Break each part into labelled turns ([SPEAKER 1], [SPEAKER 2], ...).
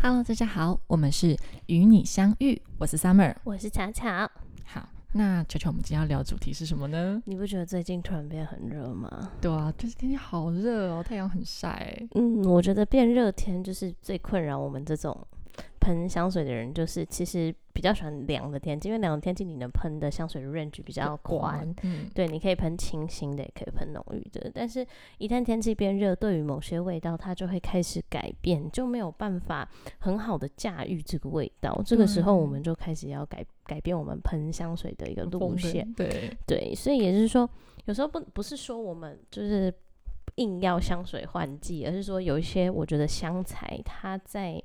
[SPEAKER 1] Hello，大家好，我们是与你相遇，我是 Summer。
[SPEAKER 2] 我是巧巧，
[SPEAKER 1] 好，那球球，我们今天要聊主题是什么呢？
[SPEAKER 2] 你不觉得最近突然变很热吗？
[SPEAKER 1] 对啊，就是天气好热哦，太阳很晒欸。
[SPEAKER 2] 嗯，我觉得变热天就是最困扰我们这种喷香水的人，就是其实比较喜欢凉的天气，因为凉的天气你能喷的香水 range 比较宽。，
[SPEAKER 1] 嗯，
[SPEAKER 2] 对，你可以喷清新的，也可以喷浓郁的，但是，一旦天气变热，对于某些味道，它就会开始改变，就没有办法很好的驾驭这个味道。这个时候，我
[SPEAKER 1] 对
[SPEAKER 2] 们就开始要改改变我们喷香水的一个路
[SPEAKER 1] 风的
[SPEAKER 2] 线。
[SPEAKER 1] 对，
[SPEAKER 2] 对，所以也就是说，有时候不不是说我们就是硬要香水换季，而是说有一些我觉得香材它在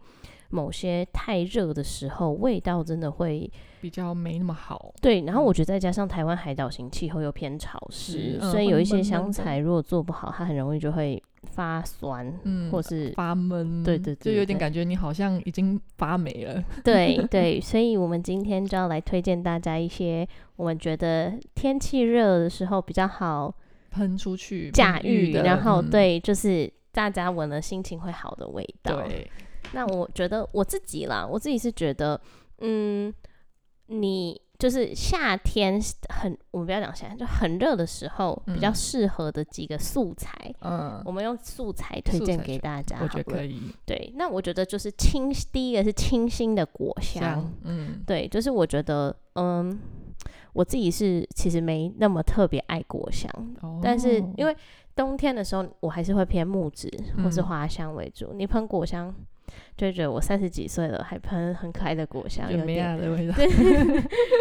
[SPEAKER 2] 某些太热的时候，味道真的会
[SPEAKER 1] 比较没那么好。
[SPEAKER 2] 对。然后
[SPEAKER 1] 嗯
[SPEAKER 2] 我觉得再加上台湾海岛型气候又偏潮湿
[SPEAKER 1] 是，嗯
[SPEAKER 2] 所以
[SPEAKER 1] 会
[SPEAKER 2] 有一些
[SPEAKER 1] 闷
[SPEAKER 2] 香
[SPEAKER 1] 闷的
[SPEAKER 2] 材如果做不好，它很容易就会发酸，
[SPEAKER 1] 嗯，
[SPEAKER 2] 或是
[SPEAKER 1] 发闷，
[SPEAKER 2] 对对对
[SPEAKER 1] 就有点
[SPEAKER 2] 对
[SPEAKER 1] 感觉你好像已经发霉了。
[SPEAKER 2] 对对，所以我们今天就要来推荐大家一些我们觉得天气热的时候比较好
[SPEAKER 1] 喷出去
[SPEAKER 2] 驾
[SPEAKER 1] 喷
[SPEAKER 2] 驭，
[SPEAKER 1] 的
[SPEAKER 2] 然后、
[SPEAKER 1] 嗯
[SPEAKER 2] 对，就是大家闻了心情会好的味道。
[SPEAKER 1] 对，
[SPEAKER 2] 那我觉得我自己啦，我自己是觉得，嗯，你就是夏天很，我们不要讲夏天，就很热的时候，比较
[SPEAKER 1] 嗯
[SPEAKER 2] 适合的几个素材，
[SPEAKER 1] 嗯，
[SPEAKER 2] 我们用素材推
[SPEAKER 1] 素
[SPEAKER 2] 荐
[SPEAKER 1] 材
[SPEAKER 2] 给
[SPEAKER 1] 选
[SPEAKER 2] 大家好
[SPEAKER 1] 我
[SPEAKER 2] 了。
[SPEAKER 1] 觉得可以，
[SPEAKER 2] 对，那我觉得就是清，第一个是清新的果香
[SPEAKER 1] 香，嗯，
[SPEAKER 2] 对，就是我觉得，嗯，我自己是其实没那么特别爱果香，
[SPEAKER 1] 哦
[SPEAKER 2] 但是因为冬天的时候，我还是会偏木质或是
[SPEAKER 1] 嗯
[SPEAKER 2] 花香为主。你喷果香，就会觉得我三十几岁了还喷很可爱的果香，
[SPEAKER 1] 就
[SPEAKER 2] 有
[SPEAKER 1] 梅
[SPEAKER 2] 点
[SPEAKER 1] 亚的味道，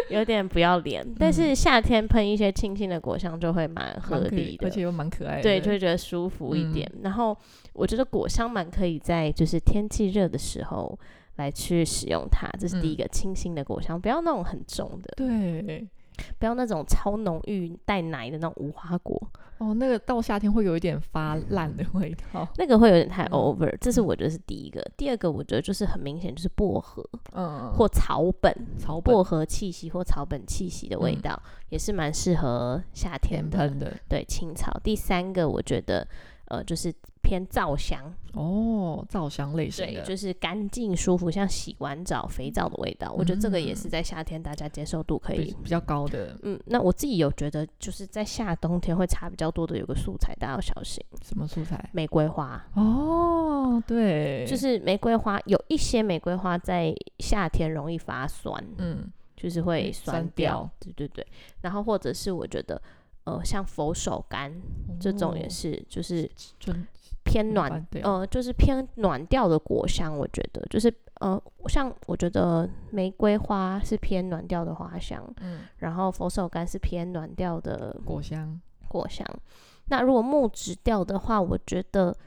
[SPEAKER 2] 有点不要脸。但是夏天喷一些清新的果香就会蛮合
[SPEAKER 1] 嗯蛮可
[SPEAKER 2] 理
[SPEAKER 1] 以，
[SPEAKER 2] 的
[SPEAKER 1] 而，且又蛮可爱的，
[SPEAKER 2] 对，就会觉得舒服一
[SPEAKER 1] 嗯
[SPEAKER 2] 点。然后我觉得果香蛮可以在就是天气热的时候。来去使用它，这是第一
[SPEAKER 1] 嗯
[SPEAKER 2] 个清新的果香，不要那种很重的，
[SPEAKER 1] 对。
[SPEAKER 2] 不要那种超浓郁带奶的那种无花果，
[SPEAKER 1] 哦，那个到夏天会有一点发烂的味道，
[SPEAKER 2] 那个会有点太
[SPEAKER 1] 嗯
[SPEAKER 2] over，、这是
[SPEAKER 1] 嗯
[SPEAKER 2] 我觉得是第一个。第二个我觉得就是很明显就是薄荷
[SPEAKER 1] 嗯，
[SPEAKER 2] 或草本、
[SPEAKER 1] 草本
[SPEAKER 2] 薄荷气息或草本气息的味
[SPEAKER 1] 嗯
[SPEAKER 2] 道，也是蛮适合夏天
[SPEAKER 1] 甜
[SPEAKER 2] 的。
[SPEAKER 1] 喷的，
[SPEAKER 2] 对，青草。第三个我觉得呃就是偏皂香，
[SPEAKER 1] 哦，皂香类型
[SPEAKER 2] 对，
[SPEAKER 1] 的，
[SPEAKER 2] 就是干净舒服，像洗完澡肥皂的味道。我觉得这个也是
[SPEAKER 1] 嗯
[SPEAKER 2] 在夏天大家接受度可以
[SPEAKER 1] 比。比较高的，
[SPEAKER 2] 嗯，那我自己有觉得，就是在夏冬天会差比较多的，有个素材大家要小心，
[SPEAKER 1] 什么素材？
[SPEAKER 2] 玫瑰花。
[SPEAKER 1] 哦，对，
[SPEAKER 2] 就是玫瑰花有一些玫瑰花在夏天容易发酸，
[SPEAKER 1] 嗯，
[SPEAKER 2] 就是会
[SPEAKER 1] 嗯
[SPEAKER 2] 酸
[SPEAKER 1] 酸
[SPEAKER 2] 掉。
[SPEAKER 1] 掉
[SPEAKER 2] 对对对，然后或者是我觉得。呃，像佛手柑这种也
[SPEAKER 1] 哦
[SPEAKER 2] 是，就是
[SPEAKER 1] 春
[SPEAKER 2] 偏
[SPEAKER 1] 嗯
[SPEAKER 2] 暖
[SPEAKER 1] 反，对
[SPEAKER 2] 呃，就是偏暖调的果香，我觉得就是呃，像我觉得玫瑰花是偏暖调的花香，
[SPEAKER 1] 嗯
[SPEAKER 2] 然后佛手柑是偏暖调的
[SPEAKER 1] 果香，
[SPEAKER 2] 果香。那如果木质调的话，我觉得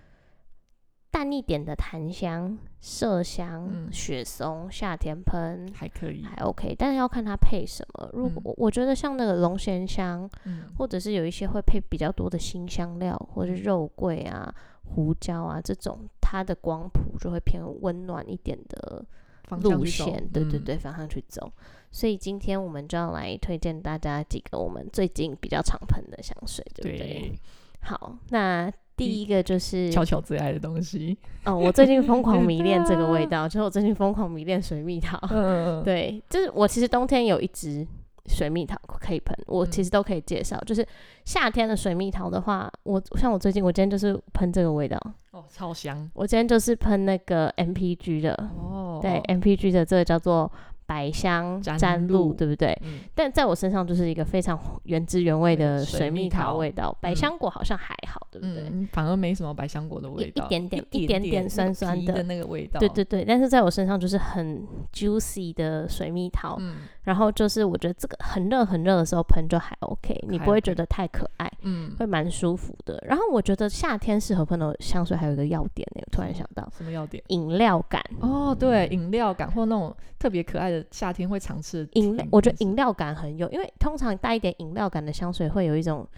[SPEAKER 2] 淡一点的檀香、麝香、
[SPEAKER 1] 嗯
[SPEAKER 2] 雪松，夏天喷
[SPEAKER 1] 还可以，
[SPEAKER 2] 还 OK，但是要看它配什么。如果、我觉得像那个龙涎香，
[SPEAKER 1] 嗯，
[SPEAKER 2] 或者是有一些会配比较多的新香料，或是肉桂啊、胡椒啊这种，它的光谱就会偏温暖一点的
[SPEAKER 1] 方向
[SPEAKER 2] 路
[SPEAKER 1] 去走
[SPEAKER 2] 线，对对
[SPEAKER 1] 嗯
[SPEAKER 2] 对，方向去走。所以今天我们就要来推荐大家几个我们最近比较常喷的香水，对不对？
[SPEAKER 1] 对，
[SPEAKER 2] 好，那第
[SPEAKER 1] 第
[SPEAKER 2] 一个就是
[SPEAKER 1] 巧巧最爱的东 西，
[SPEAKER 2] 哦，我最近疯狂迷
[SPEAKER 1] 对
[SPEAKER 2] 恋这个味
[SPEAKER 1] 啊
[SPEAKER 2] 道，就是我最近疯狂迷恋水蜜桃。
[SPEAKER 1] 嗯，嗯，
[SPEAKER 2] 对，就是我其实冬天有一支水蜜桃可以喷，我其
[SPEAKER 1] 嗯
[SPEAKER 2] 实都可以介绍。就是夏天的水蜜桃的话，我像我最近我今天就是喷这个味道，
[SPEAKER 1] 哦，超香，
[SPEAKER 2] 我今天就是喷那 个 MPG 的，
[SPEAKER 1] 哦，
[SPEAKER 2] 对 MPG 的这个叫做百香
[SPEAKER 1] 沾
[SPEAKER 2] 沾露，
[SPEAKER 1] 露
[SPEAKER 2] 对不对？
[SPEAKER 1] 嗯，
[SPEAKER 2] 但在我身上就是一个非常原汁原味
[SPEAKER 1] 对
[SPEAKER 2] 的
[SPEAKER 1] 水
[SPEAKER 2] 水
[SPEAKER 1] 蜜
[SPEAKER 2] 蜜桃
[SPEAKER 1] 桃
[SPEAKER 2] 味道，百
[SPEAKER 1] 嗯
[SPEAKER 2] 香果好像还好，对不对？
[SPEAKER 1] 嗯，反而没什么百香果的味道，
[SPEAKER 2] 一点点
[SPEAKER 1] 一
[SPEAKER 2] 一点点
[SPEAKER 1] 那
[SPEAKER 2] 酸
[SPEAKER 1] 个
[SPEAKER 2] 酸
[SPEAKER 1] 皮
[SPEAKER 2] 的
[SPEAKER 1] 的那个味道，
[SPEAKER 2] 对对对，但是在我身上就是很 juicy 的水蜜桃，
[SPEAKER 1] 嗯
[SPEAKER 2] 然后就是我觉得这个很热很热的时候喷就还 OK，你
[SPEAKER 1] 还
[SPEAKER 2] 不会
[SPEAKER 1] OK
[SPEAKER 2] 觉得太可爱，
[SPEAKER 1] 嗯，
[SPEAKER 2] 会蛮舒服的。然后我觉得夏天适合喷的香水还有一个要点欸呢、我突然想到
[SPEAKER 1] 什么要点？
[SPEAKER 2] 饮料感，
[SPEAKER 1] 哦，对，饮料感或那种特别可爱的夏天会常吃的
[SPEAKER 2] 饮料
[SPEAKER 1] 甜
[SPEAKER 2] 我觉得
[SPEAKER 1] 点
[SPEAKER 2] 饮料感很有，因为通常带一点饮料感的香水会有一种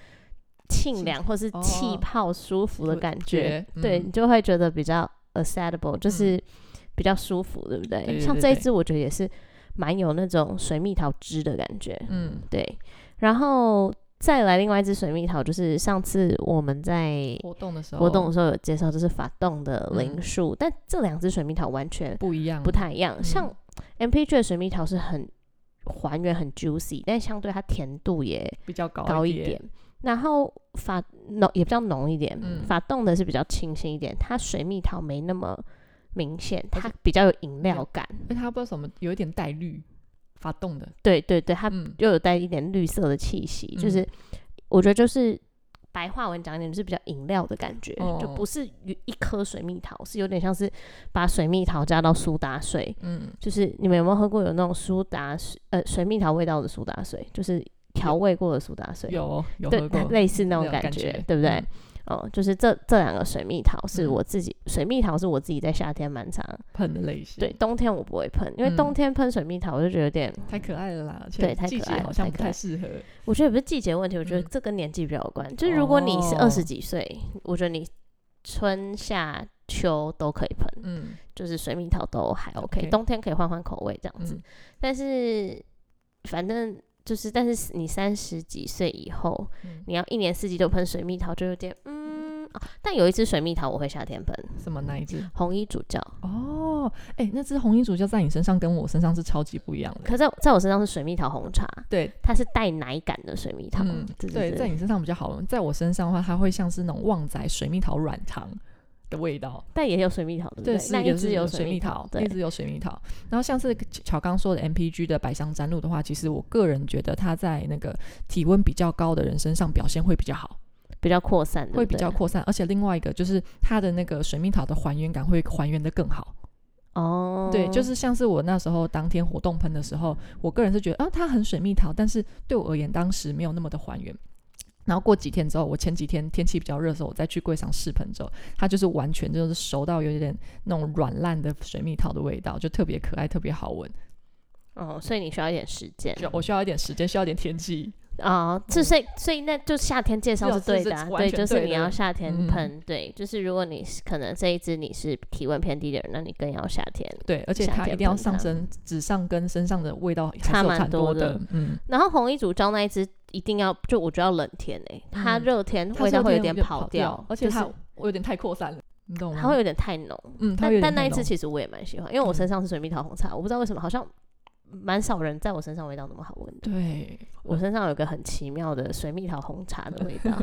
[SPEAKER 2] 沁
[SPEAKER 1] 沁
[SPEAKER 2] 凉或是气
[SPEAKER 1] 哦
[SPEAKER 2] 泡舒服的
[SPEAKER 1] 我
[SPEAKER 2] 感觉，
[SPEAKER 1] 觉
[SPEAKER 2] 对
[SPEAKER 1] 嗯
[SPEAKER 2] 你就会觉得比较 acceptable，就是比较舒服，对不对？
[SPEAKER 1] 对对
[SPEAKER 2] 像
[SPEAKER 1] 对
[SPEAKER 2] 这一
[SPEAKER 1] 对
[SPEAKER 2] 支我觉得也是蛮有那种水蜜桃汁的感觉，
[SPEAKER 1] 嗯
[SPEAKER 2] 对，然后再来另外一支水蜜桃，就是上次我们在
[SPEAKER 1] 活动的嗯时候
[SPEAKER 2] 活动的时候有介绍，就是法冻的灵树，但这两支水蜜桃完全
[SPEAKER 1] 不一样，
[SPEAKER 2] 不太一样。
[SPEAKER 1] 嗯
[SPEAKER 2] 像 M P G 的水蜜桃是很还原、很 juicy，但相对它甜度也
[SPEAKER 1] 比较高
[SPEAKER 2] 高
[SPEAKER 1] 一
[SPEAKER 2] 一点。然后法浓也比较浓一点，
[SPEAKER 1] 嗯
[SPEAKER 2] 法冻的是比较清新一点，它水蜜桃没那么明显，
[SPEAKER 1] 而
[SPEAKER 2] 它
[SPEAKER 1] 且
[SPEAKER 2] 比较有饮料感。
[SPEAKER 1] 而且它不知道什么，有一点带绿，发动的，
[SPEAKER 2] 对对对，它
[SPEAKER 1] 嗯，
[SPEAKER 2] 又有带一点绿色的气息，就
[SPEAKER 1] 嗯
[SPEAKER 2] 是我觉得就是白话文讲一点，就是比较饮料的感觉，就
[SPEAKER 1] 哦
[SPEAKER 2] 不是一一颗水蜜桃，是有点像是把水蜜桃加到苏打水。
[SPEAKER 1] 嗯，
[SPEAKER 2] 就是你们有没有喝过有那种苏打水呃水蜜桃味道的苏打水，就是调味过的苏打水？
[SPEAKER 1] 有哦有
[SPEAKER 2] 对
[SPEAKER 1] 喝过，，
[SPEAKER 2] 类似那
[SPEAKER 1] 那
[SPEAKER 2] 种
[SPEAKER 1] 种
[SPEAKER 2] 感
[SPEAKER 1] 感
[SPEAKER 2] 觉，
[SPEAKER 1] 觉
[SPEAKER 2] 对不对？
[SPEAKER 1] 嗯
[SPEAKER 2] 哦，就是这这两个水蜜桃是
[SPEAKER 1] 嗯
[SPEAKER 2] 我自己、水蜜桃是我自己在夏天蛮常
[SPEAKER 1] 喷的类型，
[SPEAKER 2] 对，冬天我不会喷，因为
[SPEAKER 1] 嗯
[SPEAKER 2] 冬天喷水蜜桃我就觉得有点，
[SPEAKER 1] 太可爱了啦，而
[SPEAKER 2] 对
[SPEAKER 1] 且
[SPEAKER 2] 太
[SPEAKER 1] 季
[SPEAKER 2] 可
[SPEAKER 1] 节
[SPEAKER 2] 爱
[SPEAKER 1] 好
[SPEAKER 2] 了
[SPEAKER 1] 像
[SPEAKER 2] 太
[SPEAKER 1] 不
[SPEAKER 2] 可
[SPEAKER 1] 太
[SPEAKER 2] 爱
[SPEAKER 1] 适合，
[SPEAKER 2] 我觉得也不是季节问题，我觉得
[SPEAKER 1] 嗯
[SPEAKER 2] 这跟年纪比较有关。就是如果你是
[SPEAKER 1] 哦
[SPEAKER 2] 二十几岁，我觉得你春夏秋都可以喷，
[SPEAKER 1] 嗯，
[SPEAKER 2] 就是水蜜桃都还 OK，,
[SPEAKER 1] OK
[SPEAKER 2] 冬天可以换换口味这样子。
[SPEAKER 1] 嗯
[SPEAKER 2] 但是反正就是，但是你三十几岁以后，
[SPEAKER 1] 嗯
[SPEAKER 2] 你要一年四季都喷水蜜桃，就有点嗯、哦但有一支水蜜桃我会夏天喷，
[SPEAKER 1] 什么哪一只？
[SPEAKER 2] 红衣主教，
[SPEAKER 1] 哦，哎，那只红衣主教在你身上跟我身上是超级不一样的，
[SPEAKER 2] 可在在我身上是水蜜桃红茶，
[SPEAKER 1] 对，
[SPEAKER 2] 它是带奶感的水蜜桃。
[SPEAKER 1] 嗯，
[SPEAKER 2] 对
[SPEAKER 1] 对，在
[SPEAKER 2] 对，
[SPEAKER 1] 你身上比较好闻，在我身上的话，它会像是那种旺仔水蜜桃软糖的味道，
[SPEAKER 2] 但也有水蜜桃，对不
[SPEAKER 1] 对，
[SPEAKER 2] 对？
[SPEAKER 1] 是
[SPEAKER 2] 那
[SPEAKER 1] 也
[SPEAKER 2] 一
[SPEAKER 1] 是
[SPEAKER 2] 支有
[SPEAKER 1] 水
[SPEAKER 2] 蜜
[SPEAKER 1] 桃，
[SPEAKER 2] 对
[SPEAKER 1] 一，支有水蜜桃。然后像是乔刚说的 MPG 的百香沾露的话，其实我个人觉得它在那个体温比较高的人身上表现会比较好，
[SPEAKER 2] 比较扩散，对不
[SPEAKER 1] 会比
[SPEAKER 2] 对
[SPEAKER 1] 较扩散，而且另外一个就是它的那个水蜜桃的还原感会还原的更好。
[SPEAKER 2] 哦，
[SPEAKER 1] 对，就是像是我那时候当天活动喷的时候，我个人是觉得，啊，它很水蜜桃，但是对我而言，当时没有那么的还原。然后过几天之后，我前几天天气比较热的时候，我再去柜上试喷之后，它就是完全就是熟到有点那种软烂的水蜜桃的味道，就特别可爱，特别好闻。
[SPEAKER 2] 哦，所以你需要一点时间
[SPEAKER 1] 就我需要一点时间，需要一点天气。
[SPEAKER 2] 哦，这所以所以那就夏天介绍
[SPEAKER 1] 这
[SPEAKER 2] 是
[SPEAKER 1] 种
[SPEAKER 2] 对
[SPEAKER 1] 是
[SPEAKER 2] 的啊，
[SPEAKER 1] 是完
[SPEAKER 2] 对，
[SPEAKER 1] 全
[SPEAKER 2] 就是
[SPEAKER 1] 对
[SPEAKER 2] 你
[SPEAKER 1] 的
[SPEAKER 2] 要夏天
[SPEAKER 1] 嗯
[SPEAKER 2] 喷，对，就是如果你是可能这一支你是体温偏低的人，那你更要夏天。
[SPEAKER 1] 对，而且
[SPEAKER 2] 夏
[SPEAKER 1] 它
[SPEAKER 2] 天
[SPEAKER 1] 一定要
[SPEAKER 2] 喷它
[SPEAKER 1] 上身，纸上跟身上的味道还
[SPEAKER 2] 差
[SPEAKER 1] 是有
[SPEAKER 2] 蛮
[SPEAKER 1] 蛮
[SPEAKER 2] 多的
[SPEAKER 1] 的。嗯，
[SPEAKER 2] 然后红衣主教那一支一定要，就我觉得要冷天诶、它
[SPEAKER 1] 嗯
[SPEAKER 2] 热天
[SPEAKER 1] 它
[SPEAKER 2] 味
[SPEAKER 1] 是
[SPEAKER 2] 道会有
[SPEAKER 1] 点
[SPEAKER 2] 跑
[SPEAKER 1] 掉，而且
[SPEAKER 2] 就是
[SPEAKER 1] 它我有点太扩散了，你懂吗？
[SPEAKER 2] 它会有点太浓。
[SPEAKER 1] 嗯，它会
[SPEAKER 2] 但
[SPEAKER 1] 有点
[SPEAKER 2] 但那
[SPEAKER 1] 太
[SPEAKER 2] 一支
[SPEAKER 1] 浓
[SPEAKER 2] 其实我也蛮喜欢，因为我
[SPEAKER 1] 嗯
[SPEAKER 2] 身上是水蜜桃红茶，我不知道为什么好像蛮少人在我身上味道那么好闻的。
[SPEAKER 1] 对，
[SPEAKER 2] 我身上有一个很奇妙的水蜜桃红茶 的味道，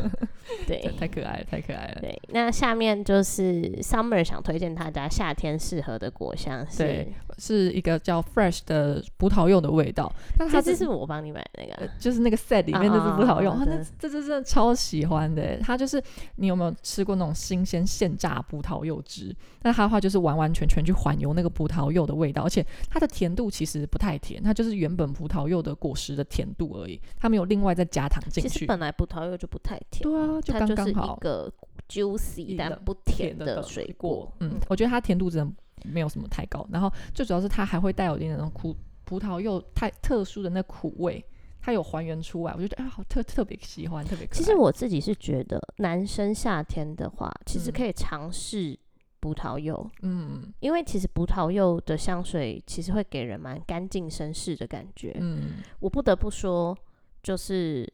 [SPEAKER 2] 对
[SPEAKER 1] 太。太可爱了，太可爱了。
[SPEAKER 2] 对，那下面就是 Summer 想推荐大家夏天适合的果香是
[SPEAKER 1] 对，是一个叫 fresh 的葡萄柚的味道，但它这
[SPEAKER 2] 这支是我帮你买的那个
[SPEAKER 1] 呃
[SPEAKER 2] 啊，
[SPEAKER 1] 就是那个 set 里面那只葡萄柚，
[SPEAKER 2] 啊啊啊
[SPEAKER 1] 它那
[SPEAKER 2] 对
[SPEAKER 1] 这只真的超喜欢的。它就是你有没有吃过那种新鲜现榨葡萄柚汁？那它的话就是完完全全去还原那个葡萄柚的味道，而且它的甜度其实不太甜，它就是原本葡萄柚的果实的甜度而已，它没有另外再加糖进
[SPEAKER 2] 其实
[SPEAKER 1] 去。
[SPEAKER 2] 本来葡萄柚就不太甜，
[SPEAKER 1] 对啊，就
[SPEAKER 2] 它
[SPEAKER 1] 刚
[SPEAKER 2] 就是
[SPEAKER 1] 刚
[SPEAKER 2] 一
[SPEAKER 1] 好。
[SPEAKER 2] 个 juicy
[SPEAKER 1] 一
[SPEAKER 2] 但
[SPEAKER 1] 个
[SPEAKER 2] 不
[SPEAKER 1] 甜
[SPEAKER 2] 的
[SPEAKER 1] 的
[SPEAKER 2] 水
[SPEAKER 1] 果
[SPEAKER 2] 果。，
[SPEAKER 1] 嗯，我觉得它甜度真的没有什么太高，然后最主要是它还会带有一点那种苦葡萄柚太特殊的那苦味，它有还原出来，我就觉得啊，好特特别喜欢，特别可爱。
[SPEAKER 2] 其实我自己是觉得，男生夏天的话，其实
[SPEAKER 1] 嗯
[SPEAKER 2] 可以尝试葡萄柚，
[SPEAKER 1] 嗯
[SPEAKER 2] 因为其实葡萄柚的香水其实会给人蛮干净绅士的感觉。
[SPEAKER 1] 嗯
[SPEAKER 2] 我不得不说，就是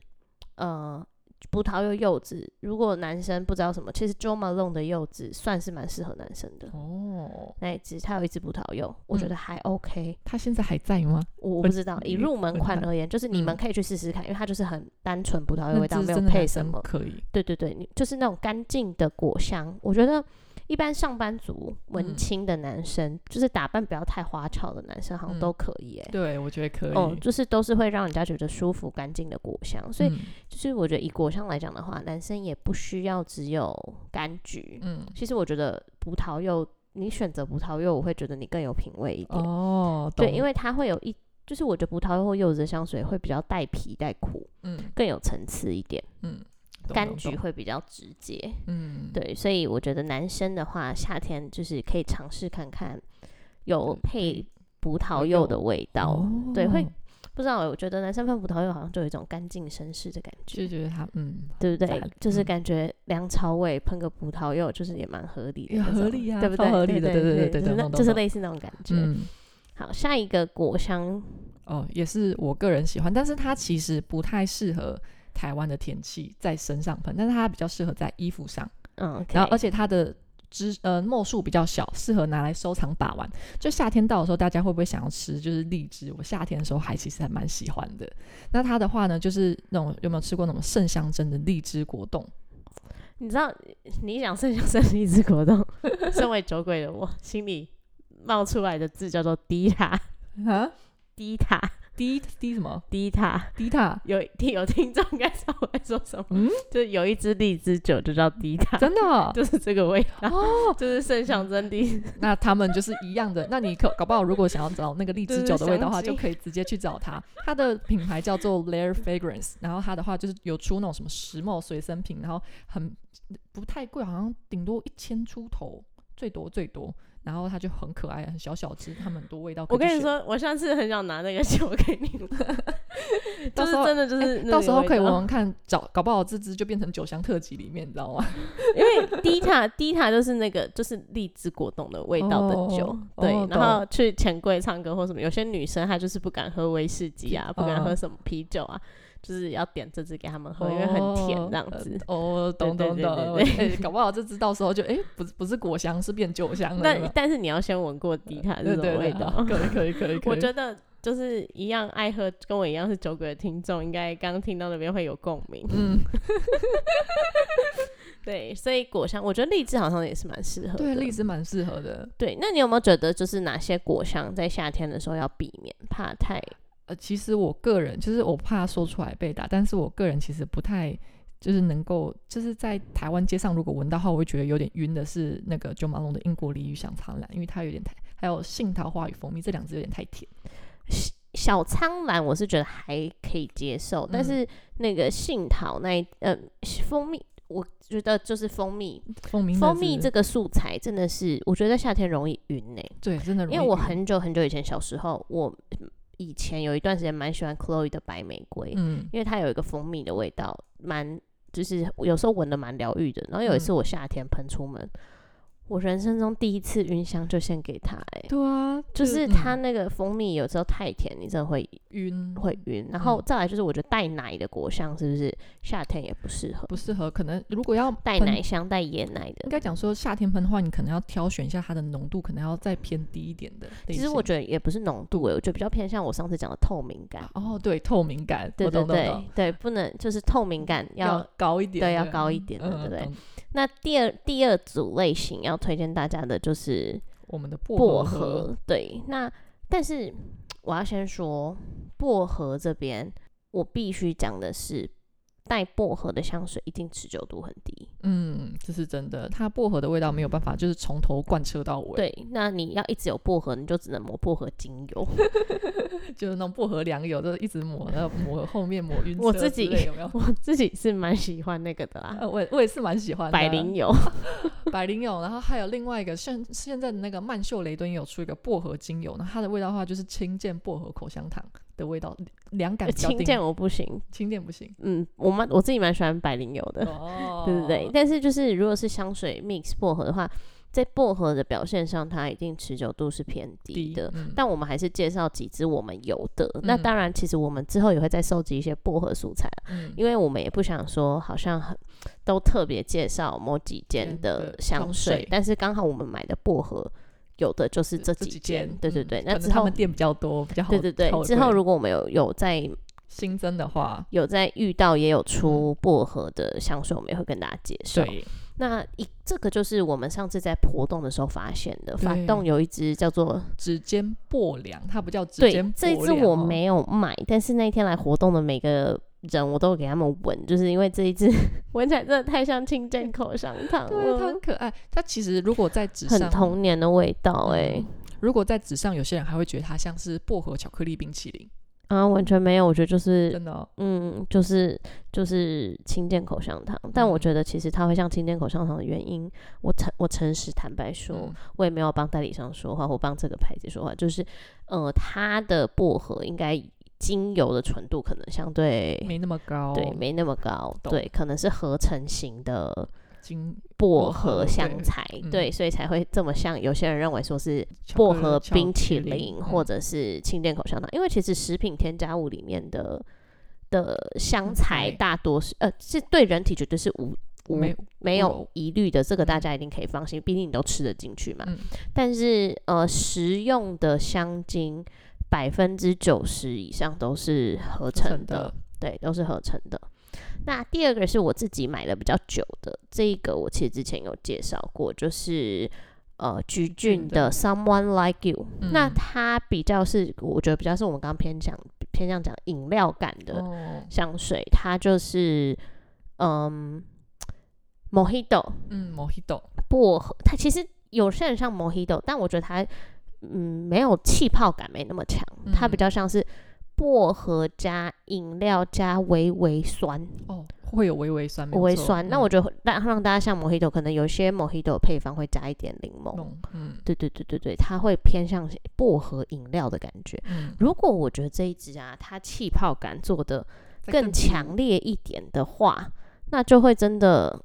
[SPEAKER 2] 呃，葡萄柚柚子，如果男生不知道什么，其实 Jo Malone 的柚子算是蛮适合男生的。
[SPEAKER 1] 哦，
[SPEAKER 2] 那一只，它有一只葡萄柚，我觉
[SPEAKER 1] 嗯
[SPEAKER 2] 得还 OK。
[SPEAKER 1] 它现在还在吗？
[SPEAKER 2] 我我不知道，以入门
[SPEAKER 1] 闻
[SPEAKER 2] 款
[SPEAKER 1] 它
[SPEAKER 2] 而言，就是你们
[SPEAKER 1] 嗯
[SPEAKER 2] 可以去试试看，因为它就是很单纯葡萄
[SPEAKER 1] 那
[SPEAKER 2] 柚味道，
[SPEAKER 1] 这
[SPEAKER 2] 没有
[SPEAKER 1] 真的
[SPEAKER 2] 配
[SPEAKER 1] 还
[SPEAKER 2] 什
[SPEAKER 1] 真
[SPEAKER 2] 么。
[SPEAKER 1] 可以，
[SPEAKER 2] 对对对，你就是那种干净的果香。我觉得一般上班族、文
[SPEAKER 1] 嗯
[SPEAKER 2] 青的男生，就是打扮不要太花俏的男生，好像
[SPEAKER 1] 嗯
[SPEAKER 2] 都可以、欸。
[SPEAKER 1] 对我觉得可以。
[SPEAKER 2] 哦，就是都是会让人家觉得舒服、干净的果香，所以
[SPEAKER 1] 嗯
[SPEAKER 2] 就是我觉得以果香来讲的话，男生也不需要只有柑橘。
[SPEAKER 1] 嗯
[SPEAKER 2] 其实我觉得葡萄柚，你选择葡萄柚，我会觉得你更有品味一点。
[SPEAKER 1] 哦，
[SPEAKER 2] 对，
[SPEAKER 1] 懂
[SPEAKER 2] 因为它会有一，就是我觉得葡萄柚或柚子的香水会比较带皮带苦，
[SPEAKER 1] 嗯
[SPEAKER 2] 更有层次一点，
[SPEAKER 1] 嗯，懂
[SPEAKER 2] 柑
[SPEAKER 1] 懂
[SPEAKER 2] 橘
[SPEAKER 1] 懂
[SPEAKER 2] 会比较直接。
[SPEAKER 1] 嗯
[SPEAKER 2] 对，所以我觉得男生的话，夏天就是可以尝试看看有
[SPEAKER 1] 嗯
[SPEAKER 2] 配葡萄柚的味道。对，会
[SPEAKER 1] 哦
[SPEAKER 2] 不知道欸，我觉得男生喷葡萄柚好像就有一种干净绅士的感
[SPEAKER 1] 就
[SPEAKER 2] 觉，
[SPEAKER 1] 觉得它嗯
[SPEAKER 2] 对不对
[SPEAKER 1] 赞？
[SPEAKER 2] 就
[SPEAKER 1] 嗯
[SPEAKER 2] 是感觉梁朝伟喷个葡萄柚，就是也蛮合理的
[SPEAKER 1] 也
[SPEAKER 2] 那种，
[SPEAKER 1] 合理啊
[SPEAKER 2] 对不
[SPEAKER 1] 超
[SPEAKER 2] 对？
[SPEAKER 1] 合
[SPEAKER 2] 对
[SPEAKER 1] 理的
[SPEAKER 2] 对
[SPEAKER 1] 对对对
[SPEAKER 2] 就是
[SPEAKER 1] 懂
[SPEAKER 2] 那
[SPEAKER 1] 懂
[SPEAKER 2] 就是
[SPEAKER 1] 懂
[SPEAKER 2] 类似那种感觉。
[SPEAKER 1] 嗯。
[SPEAKER 2] 好，下一个果香
[SPEAKER 1] 哦，也是我个人喜欢，但是它其实不太适合台湾的天气在身上喷，但是它比较适合在衣服上。
[SPEAKER 2] 嗯，OK，
[SPEAKER 1] 然后而且它的支呃墨数比较小，适合拿来收藏把玩。就夏天到的时候，大家会不会想要吃就是荔枝？我夏天的时候还其实还蛮喜欢的。那它的话呢，就是那种有没有吃过那种圣香珍的荔枝果冻？
[SPEAKER 2] 你知道你想剩下胜利之国动， 身为酒鬼的我心里冒出来的字叫做低塔，
[SPEAKER 1] 啊？
[SPEAKER 2] 低塔，
[SPEAKER 1] 低低什么？
[SPEAKER 2] 低塔。
[SPEAKER 1] 低塔？
[SPEAKER 2] 有听有听众应该知道我在说什么，
[SPEAKER 1] 嗯
[SPEAKER 2] 就是有一支荔枝酒就叫低塔，
[SPEAKER 1] 真的哦、
[SPEAKER 2] 就是这个味道，
[SPEAKER 1] 哦，
[SPEAKER 2] 就是圣象 真谛。
[SPEAKER 1] 那他们就是一样的。那你可搞不好，如果想要找那个荔枝酒的味道的话，
[SPEAKER 2] 对对
[SPEAKER 1] 就可以直接去找它。它的品牌叫做 Layer Fragrance，然后它的话就是有出那种什么石墨随身品，然后很不太贵，好像顶多一千出头，最多最多。然后它就很可爱，很小小只，它们很多味道。
[SPEAKER 2] 我跟你，说，我上次很想拿那个酒给你们，
[SPEAKER 1] 到
[SPEAKER 2] 就是
[SPEAKER 1] 时候哎
[SPEAKER 2] 真的就是、
[SPEAKER 1] 到时候可以闻，闻看，找搞不好这只就变成酒香特辑里面，你知道吗？
[SPEAKER 2] 因为低塔低塔就是那个就是荔枝果冻的味道的酒，
[SPEAKER 1] 哦
[SPEAKER 2] 对。
[SPEAKER 1] 哦
[SPEAKER 2] 然后去钱柜唱歌或什么，有些女生她就是不敢喝威士忌啊，不敢
[SPEAKER 1] 嗯
[SPEAKER 2] 喝什么啤酒啊，就是要点这支给他们哦喝，因为很甜这样子。
[SPEAKER 1] 哦，哦懂
[SPEAKER 2] 对
[SPEAKER 1] 懂
[SPEAKER 2] 对
[SPEAKER 1] 懂。
[SPEAKER 2] 对
[SPEAKER 1] 哎搞不好这只到时候就哎，不是不是果香，是变酒香了。有没有
[SPEAKER 2] 但但是你要先闻过低塔
[SPEAKER 1] 对
[SPEAKER 2] 啊这
[SPEAKER 1] 对
[SPEAKER 2] 种味
[SPEAKER 1] 对，
[SPEAKER 2] 道
[SPEAKER 1] 好，可以可以 可以可以。
[SPEAKER 2] 我觉得就是一样爱喝，跟我一样是酒鬼的听众，应该刚听到那边会有共鸣。
[SPEAKER 1] 嗯，
[SPEAKER 2] 对，所以果香，我觉得荔枝好像也是蛮适 合的。
[SPEAKER 1] 对，荔枝蛮适合的。
[SPEAKER 2] 对，那你有没有觉得就是哪些果香在夏天的时候要避免，怕太
[SPEAKER 1] 呃，其实我个人就是我怕说出来被打，但是我个人其实不太就是能够就是在台湾街上如果闻到的话，我会觉得有点晕的是那个九马龙的英国梨与香苍兰，因为它有点太，还有杏桃花与蜂蜜这两支有点太甜。
[SPEAKER 2] 小苍兰？我是觉得还可以接受，但
[SPEAKER 1] 嗯
[SPEAKER 2] 是那个杏桃那一呃蜂蜜，我觉得就是蜂蜜，
[SPEAKER 1] 蜂蜜那
[SPEAKER 2] 蜂蜜
[SPEAKER 1] 支
[SPEAKER 2] 这个素材真的是我觉得夏天容易晕欸呢、
[SPEAKER 1] 对真的容易
[SPEAKER 2] 因
[SPEAKER 1] 晕，
[SPEAKER 2] 为我很久很久以前小时候，我以前有一段时间蛮喜欢 Chloe 的白玫瑰，
[SPEAKER 1] 嗯
[SPEAKER 2] 因为它有一个蜂蜜的味道，蛮就是有时候闻的蛮疗愈的。然后有一
[SPEAKER 1] 嗯
[SPEAKER 2] 次我夏天喷出门，我人生中第一次晕香就献给它、欸，
[SPEAKER 1] 对啊，
[SPEAKER 2] 就是
[SPEAKER 1] 嗯
[SPEAKER 2] 它那个蜂蜜有时候太甜，你真的会
[SPEAKER 1] 晕
[SPEAKER 2] 会晕。然后
[SPEAKER 1] 嗯
[SPEAKER 2] 再来就是我觉得带奶的果香是不是夏天也不适合？
[SPEAKER 1] 不适合，可能如果要
[SPEAKER 2] 带
[SPEAKER 1] 喷
[SPEAKER 2] 奶香、带椰奶
[SPEAKER 1] 应
[SPEAKER 2] 的，
[SPEAKER 1] 该讲说夏天喷的话，你可能要挑选一下它的浓度，可能要再偏低一点的类型。
[SPEAKER 2] 其实我觉得也不是浓度、欸，我觉得比较偏向我上次讲的透明感。
[SPEAKER 1] 哦，对，透明感，
[SPEAKER 2] 对
[SPEAKER 1] 我
[SPEAKER 2] 对
[SPEAKER 1] 懂懂
[SPEAKER 2] 对
[SPEAKER 1] 懂，嗯
[SPEAKER 2] 对，不能就是透明感要
[SPEAKER 1] 高一点，嗯
[SPEAKER 2] 对要高一点的对不对？那第二第二组类型要推荐大家的就是
[SPEAKER 1] 我们的
[SPEAKER 2] 薄
[SPEAKER 1] 薄
[SPEAKER 2] 荷，
[SPEAKER 1] 荷，
[SPEAKER 2] 对，那但是我要先说薄荷这边，我必须讲的是，带薄荷的香水一定持久度很低。
[SPEAKER 1] 嗯，这是真的，它薄荷的味道没有办法，就是从头贯彻到尾，
[SPEAKER 2] 对，那你要一直有薄荷，你就只能抹薄荷精油。
[SPEAKER 1] 对，就是那种薄荷良油，就是一直抹，然后抹后面抹晕车之类，
[SPEAKER 2] 我自己
[SPEAKER 1] 有没有？
[SPEAKER 2] 我自己是蛮喜欢那个的啦，
[SPEAKER 1] 呃，我也我也是蛮喜欢的
[SPEAKER 2] 百灵油。
[SPEAKER 1] 百灵油，然后还有另外一个现现在的那个曼秀雷敦也有出一个薄荷精油，那它的味道的话就是清健薄荷口香糖的味道，凉感比较
[SPEAKER 2] 呃 清
[SPEAKER 1] 定
[SPEAKER 2] 健我不行，
[SPEAKER 1] 清健不行
[SPEAKER 2] 嗯，我蛮我自己蛮喜欢百灵油的。
[SPEAKER 1] 哦
[SPEAKER 2] 对不对？？但是就是如果是香水 mix 薄荷的话，在薄荷的表现上，它一定持久度是偏低的。
[SPEAKER 1] 嗯
[SPEAKER 2] 但我们还是介绍几支我们有的。那
[SPEAKER 1] 嗯
[SPEAKER 2] 当然，其实我们之后也会再收集一些薄荷素材啊，
[SPEAKER 1] 嗯
[SPEAKER 2] 因为我们也不想说好像很都特别介绍某几间
[SPEAKER 1] 间
[SPEAKER 2] 的
[SPEAKER 1] 的
[SPEAKER 2] 香
[SPEAKER 1] 香
[SPEAKER 2] 水，
[SPEAKER 1] 水
[SPEAKER 2] 但是刚好我们买的薄荷有的就是这
[SPEAKER 1] 这
[SPEAKER 2] 几
[SPEAKER 1] 几
[SPEAKER 2] 间
[SPEAKER 1] 间，，
[SPEAKER 2] 对对
[SPEAKER 1] 嗯
[SPEAKER 2] 对。
[SPEAKER 1] 可
[SPEAKER 2] 那
[SPEAKER 1] 能
[SPEAKER 2] 之
[SPEAKER 1] 他
[SPEAKER 2] 后
[SPEAKER 1] 们，店比较多，比较好。
[SPEAKER 2] 对对对
[SPEAKER 1] 好，
[SPEAKER 2] 之后如果我们有有在
[SPEAKER 1] 新增的话，
[SPEAKER 2] 有在遇到也有出薄荷的香水，我们也会跟大家介绍。
[SPEAKER 1] 嗯对，
[SPEAKER 2] 那一这个就是我们上次在活动的时候发现的，
[SPEAKER 1] 对
[SPEAKER 2] 法动有一支叫做
[SPEAKER 1] 指尖薄凉，它不叫指
[SPEAKER 2] 对
[SPEAKER 1] 尖薄凉哦。，
[SPEAKER 2] 这一支我没有买，但是那一天来活动的每个人我都有给他们闻，就是因为这 一支闻起来真的太像清健口香糖
[SPEAKER 1] 对，啊它
[SPEAKER 2] 了
[SPEAKER 1] 很，可爱。它其实如果在纸
[SPEAKER 2] 很
[SPEAKER 1] 上，
[SPEAKER 2] 童年的味道
[SPEAKER 1] 嗯
[SPEAKER 2] 哎、
[SPEAKER 1] 如果在纸上，有些人还会觉得它像是薄荷巧克力冰淇淋，
[SPEAKER 2] 啊完全没有，我觉得就是
[SPEAKER 1] 真的哦、
[SPEAKER 2] 嗯，就是就是清健口香糖，但我
[SPEAKER 1] 嗯
[SPEAKER 2] 觉得其实它会像清健口香糖的原因，我诚我诚实坦白说，
[SPEAKER 1] 嗯
[SPEAKER 2] 我也没有帮代理商说话或帮这个牌子说话，就是呃，它的薄荷应该精油的纯度可能相对
[SPEAKER 1] 没那么高。
[SPEAKER 2] 对没那么高，
[SPEAKER 1] 懂
[SPEAKER 2] 对，可能是合成型的
[SPEAKER 1] 金
[SPEAKER 2] 薄
[SPEAKER 1] 薄荷
[SPEAKER 2] 荷
[SPEAKER 1] 对
[SPEAKER 2] 香材，
[SPEAKER 1] 嗯
[SPEAKER 2] 对，所以才会这么像有些人认为说是
[SPEAKER 1] 巧
[SPEAKER 2] 薄
[SPEAKER 1] 克
[SPEAKER 2] 荷
[SPEAKER 1] 巧
[SPEAKER 2] 冰
[SPEAKER 1] 克
[SPEAKER 2] 淇
[SPEAKER 1] 力
[SPEAKER 2] 淋
[SPEAKER 1] 嗯
[SPEAKER 2] 或者是清健口香糖，因为其实食品添加物里面的的香
[SPEAKER 1] 香
[SPEAKER 2] 材
[SPEAKER 1] 材
[SPEAKER 2] 大多是呃是对人体绝对是无无
[SPEAKER 1] 嗯没
[SPEAKER 2] 没
[SPEAKER 1] 无
[SPEAKER 2] 有
[SPEAKER 1] 油
[SPEAKER 2] 疑虑的，这个大
[SPEAKER 1] 嗯
[SPEAKER 2] 家一定可以放心，毕竟你都吃得进去嘛。
[SPEAKER 1] 嗯
[SPEAKER 2] 但是呃，食用的香精百分之九十以上都是合成的，
[SPEAKER 1] 成的
[SPEAKER 2] 对，都是合成的。那第二个是我自己买了比较久的，这一个我其实之前有介绍过，就是呃橘
[SPEAKER 1] 俊
[SPEAKER 2] 俊的
[SPEAKER 1] 的
[SPEAKER 2] 《Someone Like You》那
[SPEAKER 1] 嗯
[SPEAKER 2] 它比较是，我觉得比较是我们刚刚偏向偏向讲饮料感的，
[SPEAKER 1] 哦，
[SPEAKER 2] 香水，它就是嗯，Mojito
[SPEAKER 1] 嗯，Mojito，
[SPEAKER 2] 薄荷，它其实有些人像 Mojito，但我觉得它嗯没有气泡感没那么强，它比
[SPEAKER 1] 嗯
[SPEAKER 2] 较像是薄荷加饮料加微微酸，
[SPEAKER 1] 哦，会有微微酸，没
[SPEAKER 2] 微
[SPEAKER 1] 有
[SPEAKER 2] 微
[SPEAKER 1] 错
[SPEAKER 2] 酸。那
[SPEAKER 1] 嗯
[SPEAKER 2] 我觉得让让大家像 Mojito，可能有些 Mojito 的配方会加一点柠檬。
[SPEAKER 1] 懂，嗯
[SPEAKER 2] 对对对对对，它会偏向薄荷饮料的感觉。
[SPEAKER 1] 嗯，
[SPEAKER 2] 如果我觉得这一支啊，它气泡感做的
[SPEAKER 1] 再
[SPEAKER 2] 更
[SPEAKER 1] 出
[SPEAKER 2] 强烈一点的话，那就会真的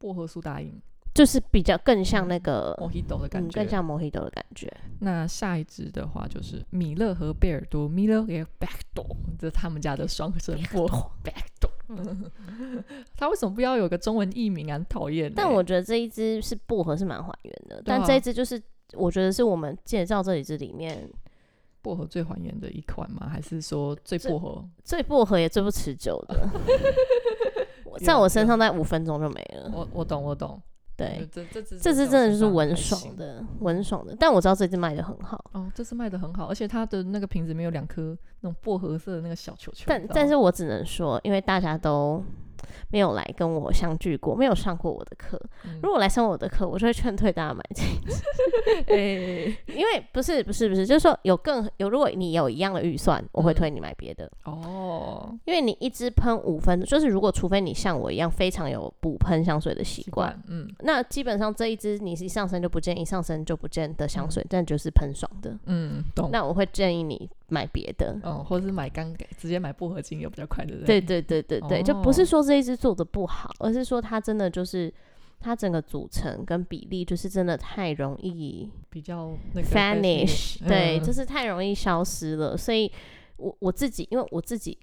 [SPEAKER 1] 薄荷苏打饮
[SPEAKER 2] 就是比较更像那个，
[SPEAKER 1] ，Mojito 的嗯哦感
[SPEAKER 2] 嗯，
[SPEAKER 1] 觉，
[SPEAKER 2] 更像 Mojito 的感觉。
[SPEAKER 1] 那下一支的话就是米勒和贝尔多 （Miller and b e c d o r 这是他们家的双声波 b e c d o r 他为什么不要有个中文译名啊？很讨厌欸、
[SPEAKER 2] 但我觉得这一支是薄荷是蛮还原的，但
[SPEAKER 1] 啊
[SPEAKER 2] 这一支就是我觉得是我们介绍这几支里面
[SPEAKER 1] 薄荷最还原的一款吗？还是说最
[SPEAKER 2] 最
[SPEAKER 1] 薄荷？
[SPEAKER 2] 最薄荷也最不持久 的。我在
[SPEAKER 1] 有
[SPEAKER 2] 我身上大概五分钟就没了。
[SPEAKER 1] 我我懂我懂，
[SPEAKER 2] 对，
[SPEAKER 1] 这这支
[SPEAKER 2] 这支
[SPEAKER 1] 在我身
[SPEAKER 2] 真的就是
[SPEAKER 1] 上很
[SPEAKER 2] 文
[SPEAKER 1] 开
[SPEAKER 2] 爽
[SPEAKER 1] 心
[SPEAKER 2] 的，文爽的。但我知道这支卖的很好，
[SPEAKER 1] 哦，这次卖的很好，而且它的那个瓶子里面有两颗那种薄荷色的那哦个小球球，
[SPEAKER 2] 但
[SPEAKER 1] 你知道
[SPEAKER 2] 但
[SPEAKER 1] 吗
[SPEAKER 2] 是我只能说，因为大家都没有来跟我相聚过，没有上过我的课。
[SPEAKER 1] 嗯
[SPEAKER 2] 如果来上我的课，我就会劝退大家买这一
[SPEAKER 1] 哎
[SPEAKER 2] 支，因为不是不是不是，就是说有更有，如果你有一样的预算，
[SPEAKER 1] 嗯
[SPEAKER 2] 我会推你买别的，
[SPEAKER 1] 哦，
[SPEAKER 2] 因为你一支喷五分，就是如果除非你像我一样非常有补喷香水的习
[SPEAKER 1] 习
[SPEAKER 2] 惯。
[SPEAKER 1] 惯嗯
[SPEAKER 2] 那基本上这一支你是一上身就不见，一上身就不见的香水，但就是喷爽的。
[SPEAKER 1] 嗯懂，
[SPEAKER 2] 那我会建议你买别的，
[SPEAKER 1] 嗯，或者是买干直接买薄荷精油比较快，对不
[SPEAKER 2] 对
[SPEAKER 1] 对？
[SPEAKER 2] 对对对对，就不
[SPEAKER 1] 哦
[SPEAKER 2] 是说这一支做的不好，而是说它真的就是它整个组成跟比例，就是真的太容易
[SPEAKER 1] 比较那个
[SPEAKER 2] vanish，对，
[SPEAKER 1] 嗯
[SPEAKER 2] 就是太容易消失了。所以我我自己，因为我自己。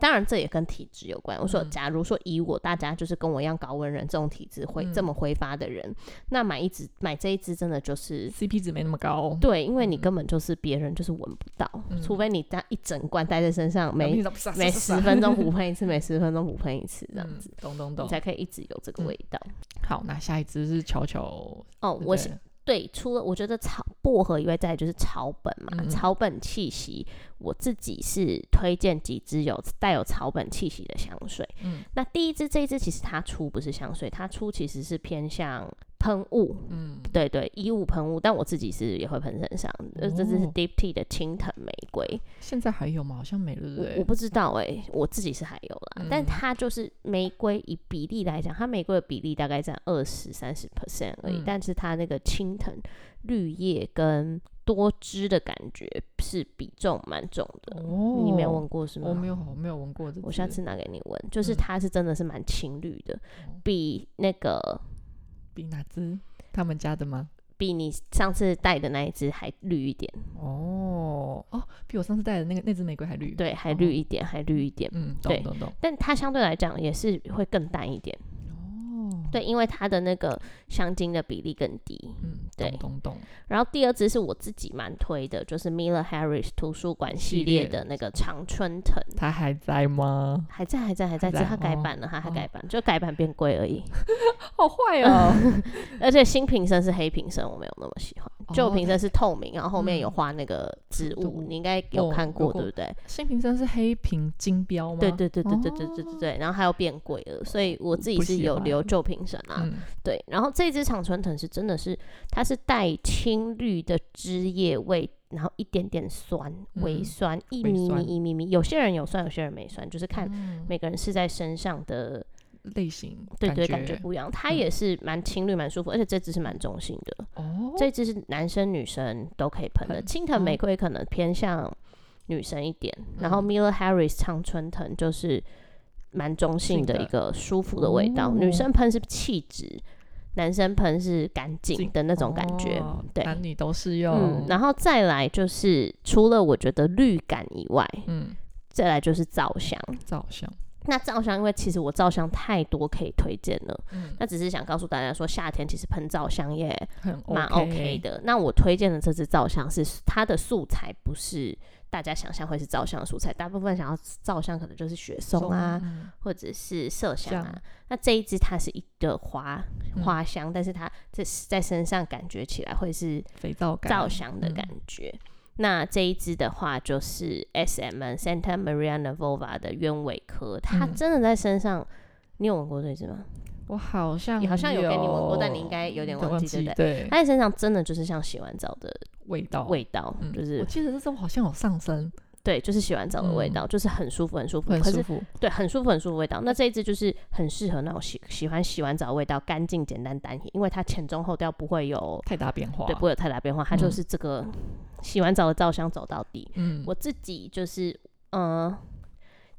[SPEAKER 2] 当然，这也跟体质有关。我说，
[SPEAKER 1] 嗯
[SPEAKER 2] 假如说以我大家就是跟我一样高温人这种体质挥、这
[SPEAKER 1] 嗯
[SPEAKER 2] 么挥发的人，那买一支买这一支真的就是，
[SPEAKER 1] CP 值没那么高，
[SPEAKER 2] 对，因为你
[SPEAKER 1] 嗯
[SPEAKER 2] 根本就是别人就是闻不到，
[SPEAKER 1] 嗯
[SPEAKER 2] 除非你带一整罐带在身上，没 嗯每
[SPEAKER 1] 没
[SPEAKER 2] 十分钟补喷一次，每十分钟补喷一次，这样子、，
[SPEAKER 1] 懂嗯懂
[SPEAKER 2] 你
[SPEAKER 1] 懂。
[SPEAKER 2] 才可以一直有这个
[SPEAKER 1] 嗯
[SPEAKER 2] 味道。
[SPEAKER 1] 好，那下一支是巧巧，
[SPEAKER 2] 哦，
[SPEAKER 1] 对不
[SPEAKER 2] 我
[SPEAKER 1] 对
[SPEAKER 2] 是对，除了我觉得草薄荷以外，再来就是草本嘛，
[SPEAKER 1] 嗯嗯
[SPEAKER 2] 草本气息，我自己是推荐几支有带有草本气息的香水。
[SPEAKER 1] 嗯
[SPEAKER 2] 那第一支这一支其实它出不是香水，它出其实是偏向喷雾。
[SPEAKER 1] 嗯
[SPEAKER 2] 对对，衣物喷雾，但我自己是也会喷身上，呃，这支是
[SPEAKER 1] 哦
[SPEAKER 2] Deep Tea 的青藤玫瑰。
[SPEAKER 1] 现在还有吗？好像没了，对不
[SPEAKER 2] 我我
[SPEAKER 1] 对？
[SPEAKER 2] 不知道哎、我自己是还有啦，但
[SPEAKER 1] 嗯
[SPEAKER 2] 它就是玫瑰以比例来讲，它玫瑰的比例大概占二十三十 percent 而已，
[SPEAKER 1] 嗯
[SPEAKER 2] 但是它那个青藤、绿叶跟多汁的感觉是比重蛮重的。
[SPEAKER 1] 哦
[SPEAKER 2] 你没有闻过是吗？
[SPEAKER 1] 我没有，我没有闻过这支。
[SPEAKER 2] 我下次拿给你闻，就是
[SPEAKER 1] 嗯
[SPEAKER 2] 它是真的是蛮青绿的，
[SPEAKER 1] 哦
[SPEAKER 2] 比那个
[SPEAKER 1] 比哪支？他们家的吗？
[SPEAKER 2] 比你上次带的那一只还绿一点，
[SPEAKER 1] 哦哦，比我上次带的那个那支玫瑰还绿。，
[SPEAKER 2] 对，还
[SPEAKER 1] 哦
[SPEAKER 2] 绿一点，还绿一点，
[SPEAKER 1] 嗯，
[SPEAKER 2] 对
[SPEAKER 1] 懂懂懂。
[SPEAKER 2] 但它相对来讲也是会更淡一点。
[SPEAKER 1] 哦，
[SPEAKER 2] 对，因为它的那个香精的比例更低。
[SPEAKER 1] 嗯，
[SPEAKER 2] 对
[SPEAKER 1] 懂懂懂。
[SPEAKER 2] 然后第二支是我自己蛮推的，就是 Miller Harris 图书馆系列的那个常春藤，
[SPEAKER 1] 他还在吗？
[SPEAKER 2] 还在还在还在，
[SPEAKER 1] 还
[SPEAKER 2] 只
[SPEAKER 1] 在
[SPEAKER 2] 是它改
[SPEAKER 1] 哦
[SPEAKER 2] 版了，它它
[SPEAKER 1] 哦
[SPEAKER 2] 改版就改版变贵而已，
[SPEAKER 1] 好坏 哦。
[SPEAKER 2] 而且新瓶身是黑瓶身，我没有那么喜欢，旧
[SPEAKER 1] 哦
[SPEAKER 2] 瓶身是透明，然后后面有
[SPEAKER 1] 嗯
[SPEAKER 2] 画那个植
[SPEAKER 1] 植
[SPEAKER 2] 物，
[SPEAKER 1] 物
[SPEAKER 2] 你应该有
[SPEAKER 1] 哦
[SPEAKER 2] 看
[SPEAKER 1] 有
[SPEAKER 2] 过
[SPEAKER 1] 过
[SPEAKER 2] 对不对？
[SPEAKER 1] 新瓶身是黑瓶金标吗？
[SPEAKER 2] 对对对对对对对对对，然后还有变贵了，所以我自己
[SPEAKER 1] 哦不
[SPEAKER 2] 是
[SPEAKER 1] 喜
[SPEAKER 2] 有
[SPEAKER 1] 欢
[SPEAKER 2] 留旧瓶身啊，
[SPEAKER 1] 嗯，
[SPEAKER 2] 对，然后这支常春藤是真的是，它是带青绿的枝叶味，然后一点点酸，微
[SPEAKER 1] 嗯
[SPEAKER 2] 酸，一
[SPEAKER 1] 微
[SPEAKER 2] 咪咪
[SPEAKER 1] 酸
[SPEAKER 2] 一咪咪。有些人有酸，有些人没酸，就是看
[SPEAKER 1] 嗯
[SPEAKER 2] 每个人试在身上的，
[SPEAKER 1] 类型，
[SPEAKER 2] 对对，感觉不一样。它
[SPEAKER 1] 嗯
[SPEAKER 2] 也是蛮青绿，蛮舒服，而且这支是蛮中性的，
[SPEAKER 1] 哦，
[SPEAKER 2] 这支是男生女生都可以喷的。
[SPEAKER 1] 很
[SPEAKER 2] 青藤玫
[SPEAKER 1] 哦
[SPEAKER 2] 瑰可能偏向女生一点，然后
[SPEAKER 1] 嗯
[SPEAKER 2] Miller Harris 常春藤就是蛮中性
[SPEAKER 1] 性
[SPEAKER 2] 的
[SPEAKER 1] 的
[SPEAKER 2] 一个舒服的味道。女
[SPEAKER 1] 哦
[SPEAKER 2] 生喷是气质，男生喷是干净
[SPEAKER 1] 净
[SPEAKER 2] 的那种感觉。嗯
[SPEAKER 1] 哦
[SPEAKER 2] 对
[SPEAKER 1] 男女都适
[SPEAKER 2] 嗯
[SPEAKER 1] 用，。
[SPEAKER 2] 然后再来就是除了我觉得绿感以外，
[SPEAKER 1] 嗯，
[SPEAKER 2] 再来就是皂香。
[SPEAKER 1] 照相，
[SPEAKER 2] 那皂香，因为其实我皂香太多可以推荐了，
[SPEAKER 1] 嗯，
[SPEAKER 2] 那只是想告诉大家说，夏天其实喷皂香也
[SPEAKER 1] 很
[SPEAKER 2] 蛮 OK
[SPEAKER 1] 的，
[SPEAKER 2] 的。那我推荐的这支皂香是它的素材不是大家想象会是皂香的素材，大部分想要皂香可能就是雪松啊，
[SPEAKER 1] 嗯，
[SPEAKER 2] 或者是麝香啊
[SPEAKER 1] 像。
[SPEAKER 2] 那这一支它是一个花
[SPEAKER 1] 嗯
[SPEAKER 2] 花香，但是它这是在身上感觉起来会是
[SPEAKER 1] 肥皂感，
[SPEAKER 2] 皂香的
[SPEAKER 1] 嗯
[SPEAKER 2] 感觉。那这一支的话，就是 S M N Santa Maria Novova 的鸢尾科，它
[SPEAKER 1] 嗯
[SPEAKER 2] 真的在身上，你有闻过这支吗？
[SPEAKER 1] 我好像
[SPEAKER 2] 你好像有
[SPEAKER 1] 有嗯
[SPEAKER 2] 跟你闻过，但你应该有点忘记，对不对？
[SPEAKER 1] 对
[SPEAKER 2] 它在身上真的就是像洗完澡的
[SPEAKER 1] 味道，
[SPEAKER 2] 味道，
[SPEAKER 1] 嗯
[SPEAKER 2] 就
[SPEAKER 1] 我
[SPEAKER 2] 是
[SPEAKER 1] 记得这种好像有上升，
[SPEAKER 2] 对，就是洗完澡的味道，就是很舒服，很舒服。
[SPEAKER 1] 嗯很
[SPEAKER 2] 可
[SPEAKER 1] 舒
[SPEAKER 2] 是
[SPEAKER 1] 服，
[SPEAKER 2] 对，很舒服，很舒服的味道。那这一支就是很适合那种喜喜欢洗完澡的味道，干净、简单、单一，因为它前中后调不会有
[SPEAKER 1] 太大变化，
[SPEAKER 2] 对，不会有太大变化，它就是这个洗完澡的皂香走到底。
[SPEAKER 1] 嗯，
[SPEAKER 2] 我自己就是，嗯、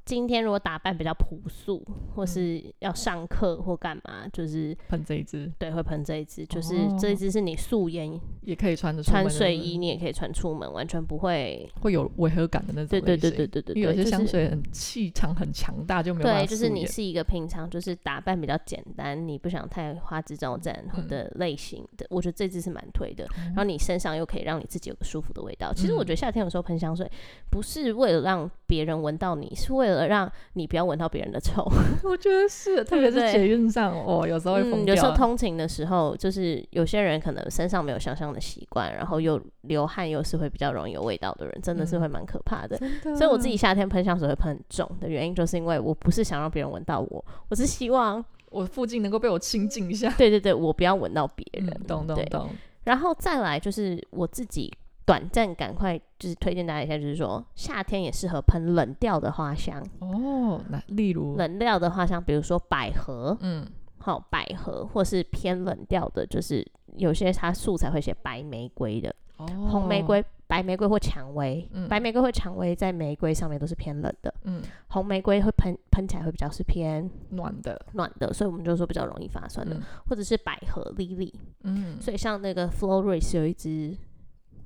[SPEAKER 2] 今天如果打扮比较朴素，
[SPEAKER 1] 嗯
[SPEAKER 2] 或是要上课或干嘛，就是
[SPEAKER 1] 喷这一支
[SPEAKER 2] 对，会喷这一支，就是
[SPEAKER 1] 哦
[SPEAKER 2] 这一支是你素颜
[SPEAKER 1] 也可以穿着出门
[SPEAKER 2] 穿
[SPEAKER 1] 的
[SPEAKER 2] 睡衣，你也可以穿出门，完全不会。
[SPEAKER 1] 会有违和感的那种，
[SPEAKER 2] 对对对对。对对，
[SPEAKER 1] 因为有
[SPEAKER 2] 对
[SPEAKER 1] 些香。
[SPEAKER 2] 就是
[SPEAKER 1] 水很气场很强大，就没有办法
[SPEAKER 2] 对，就是
[SPEAKER 1] 素
[SPEAKER 2] 你
[SPEAKER 1] 颜
[SPEAKER 2] 是一个平常就是打扮比较简单，你不想太花枝招展
[SPEAKER 1] 嗯
[SPEAKER 2] 的类型的，我觉得这支是蛮推的。然后你身上又可以让你自己有个舒服的味道。其实我
[SPEAKER 1] 嗯
[SPEAKER 2] 觉得夏天有时候喷香水，不是为了让别人闻到你，是为了让你不要闻到别人的臭。
[SPEAKER 1] 我觉得是，特别是
[SPEAKER 2] 对
[SPEAKER 1] 捷运上哦，有时候会疯
[SPEAKER 2] 嗯，
[SPEAKER 1] 掉。
[SPEAKER 2] 有时候通勤的时候，就是有些人可能身上没有香香的习惯，然后又流汗又是会比较容易有味道的人，真的是
[SPEAKER 1] 嗯
[SPEAKER 2] 会蛮可怕的。
[SPEAKER 1] 真的
[SPEAKER 2] 所以我自己夏天喷香水会喷很重的原因，就是因为我不是想让别人闻到我，我是希望
[SPEAKER 1] 我附近能够被我亲近一下。
[SPEAKER 2] 对对对，我不要闻到别
[SPEAKER 1] 嗯
[SPEAKER 2] 人。，
[SPEAKER 1] 懂懂
[SPEAKER 2] 对
[SPEAKER 1] 懂，
[SPEAKER 2] 然后再来就是我自己短暂赶快就是推荐大家一下，就是说夏天也适合喷冷调的花香，
[SPEAKER 1] 哦，那例如，
[SPEAKER 2] 冷调的花香，比如说百合，
[SPEAKER 1] 嗯，
[SPEAKER 2] 好、百合，或是偏冷调的，就是有些它素材会写白玫瑰的，
[SPEAKER 1] 哦，
[SPEAKER 2] 红玫，瑰、白玫瑰或蔷薇。
[SPEAKER 1] 嗯
[SPEAKER 2] 白玫瑰或蔷薇在玫瑰上面都是偏冷的，
[SPEAKER 1] 嗯，
[SPEAKER 2] 红玫瑰会喷喷起来会比较是偏
[SPEAKER 1] 暖的，
[SPEAKER 2] 暖的，所以我们就说比较容易发酸的，
[SPEAKER 1] 嗯
[SPEAKER 2] 或者是百合 lily，
[SPEAKER 1] 嗯，
[SPEAKER 2] 所以像那个 Floris 有一支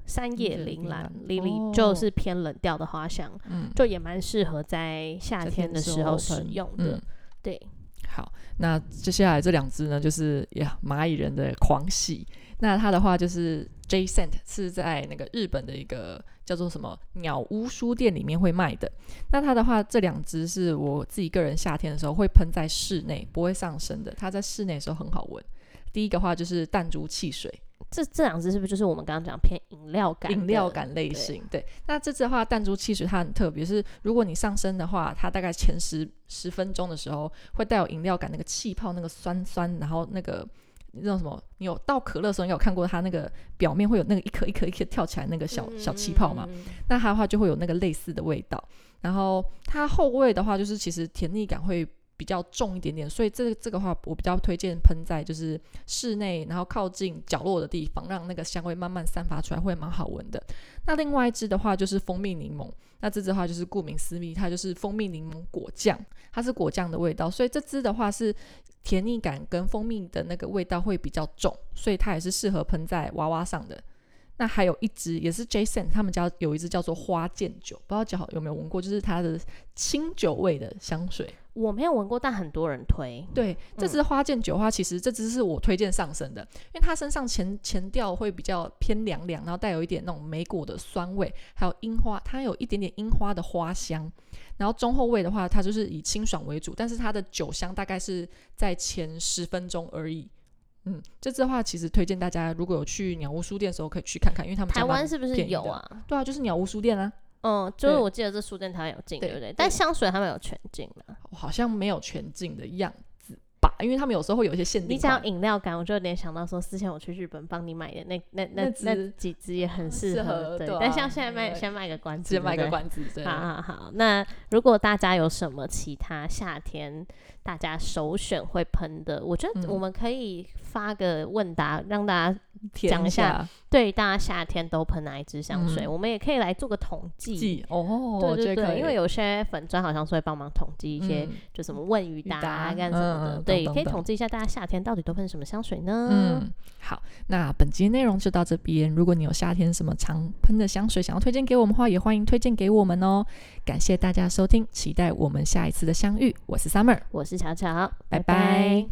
[SPEAKER 2] 三叶铃兰
[SPEAKER 1] 三叶铃兰
[SPEAKER 2] lily，
[SPEAKER 1] 哦
[SPEAKER 2] 就是偏冷调的花香，
[SPEAKER 1] 嗯，
[SPEAKER 2] 就也蛮适合在夏
[SPEAKER 1] 夏
[SPEAKER 2] 天的时候使
[SPEAKER 1] 喷
[SPEAKER 2] 用
[SPEAKER 1] 嗯
[SPEAKER 2] 的。对，
[SPEAKER 1] 好，那接下来这两支呢，就是呀蚂蚁人的狂喜。那它的话就是 J Scent 是在那个日本的一个叫做什么鸟屋书店里面会卖的。那它的话，这两支是我自己个人夏天的时候会喷在室内，不会上身的。它在室内的时候很好闻。第一个话就是弹珠汽水，
[SPEAKER 2] 这这两支是不是就是我们刚刚讲偏饮料感？
[SPEAKER 1] 饮料。感类型。对，那这次的话，弹珠汽水它很特别，是如果你上身的话，它大概前十十分钟的时候会带有饮料感，那个气泡，那个酸酸，然后那个。那种什么，你有倒可乐的时候，你有看过它那个表面会有那个一颗一颗一颗跳起来那个小、小气泡嘛？
[SPEAKER 2] 嗯
[SPEAKER 1] 那它的话就会有那个类似的味道。然后它后味的话，就是其实甜腻感会比较重一点点，所以这个这个话我比较推荐喷在就是室内，然后靠近角落的地方，让那个香味慢慢散发出来，会蛮好闻的。那另外一支的话就是蜂蜜柠檬，那这支的话就是顾名思义，它就是蜂蜜柠檬果酱，它是果酱的味道，所以这支的话是。甜腻感跟蜂蜜的那个味道会比较重，所以它也是适合喷在娃娃上的。那还有一支也是 Jason 他们家有一支叫做花见酒，不知道叫有没有闻过，就是它的清酒味的香水。
[SPEAKER 2] 我没有闻过，但很多人推。
[SPEAKER 1] 对，这支花见酒的话，其实这支是我推荐上身的，因为它身上前前调会比较偏凉凉，然后带有一点那种莓果的酸味，还有樱花，它有一点点樱花的花香。然后中后味的话，它就是以清爽为主，但是它的酒香大概是在前十分钟而已。嗯，这支的话，其实推荐大家如果有去鸟屋书店的时候，可以去看看，因为他们家
[SPEAKER 2] 台湾
[SPEAKER 1] 蛮
[SPEAKER 2] 是不是
[SPEAKER 1] 便宜
[SPEAKER 2] 有
[SPEAKER 1] 的
[SPEAKER 2] 啊？
[SPEAKER 1] 对啊，就是鸟屋书店啊，
[SPEAKER 2] 嗯，就是
[SPEAKER 1] 对
[SPEAKER 2] 我记得这书店台湾有进，
[SPEAKER 1] 对
[SPEAKER 2] 对不对
[SPEAKER 1] 对？
[SPEAKER 2] 但香水他们有全进嘛？
[SPEAKER 1] 我好像没有全进的样子吧，因为他们有时候会有一些限
[SPEAKER 2] 你
[SPEAKER 1] 定
[SPEAKER 2] 讲
[SPEAKER 1] 款，
[SPEAKER 2] 饮料感，我就有点想到说，之前我去日本帮你买的那那那
[SPEAKER 1] 那
[SPEAKER 2] 那
[SPEAKER 1] 支
[SPEAKER 2] 几支也很
[SPEAKER 1] 适
[SPEAKER 2] 适
[SPEAKER 1] 合
[SPEAKER 2] 合，
[SPEAKER 1] 对啊
[SPEAKER 2] 但像现在卖
[SPEAKER 1] 对
[SPEAKER 2] 先卖个关子，
[SPEAKER 1] 直接卖
[SPEAKER 2] 对
[SPEAKER 1] 个
[SPEAKER 2] 不对。
[SPEAKER 1] 关子，对，啊
[SPEAKER 2] 好好好，那如果大家有什么其他夏天大家首选会喷的，我觉
[SPEAKER 1] 嗯
[SPEAKER 2] 得我们可以发个问答，让大家
[SPEAKER 1] 填
[SPEAKER 2] 讲一下
[SPEAKER 1] 下
[SPEAKER 2] 对大家夏天都喷哪一支香水，
[SPEAKER 1] 嗯
[SPEAKER 2] 我们也可以来做个统计。
[SPEAKER 1] 记哦，
[SPEAKER 2] 对对
[SPEAKER 1] 这可
[SPEAKER 2] 对，
[SPEAKER 1] 以
[SPEAKER 2] 因为有些粉砖好像是会帮忙统计一些
[SPEAKER 1] 嗯
[SPEAKER 2] 就什么问与
[SPEAKER 1] 与
[SPEAKER 2] 答
[SPEAKER 1] 答
[SPEAKER 2] 啊干什么
[SPEAKER 1] 嗯嗯
[SPEAKER 2] 的，
[SPEAKER 1] 懂
[SPEAKER 2] 对，也
[SPEAKER 1] 等
[SPEAKER 2] 可以
[SPEAKER 1] 等
[SPEAKER 2] 统计一下大家夏天到底都喷什么香水呢？
[SPEAKER 1] 嗯，好，那本集内容就到这边。如果你有夏天什么常喷的香水想要推荐给我们的话，也欢迎推荐给我们哦。感谢大家收听，期待我们下一次的相遇。我是 Summer，
[SPEAKER 2] 我是巧巧，
[SPEAKER 1] 拜拜
[SPEAKER 2] 拜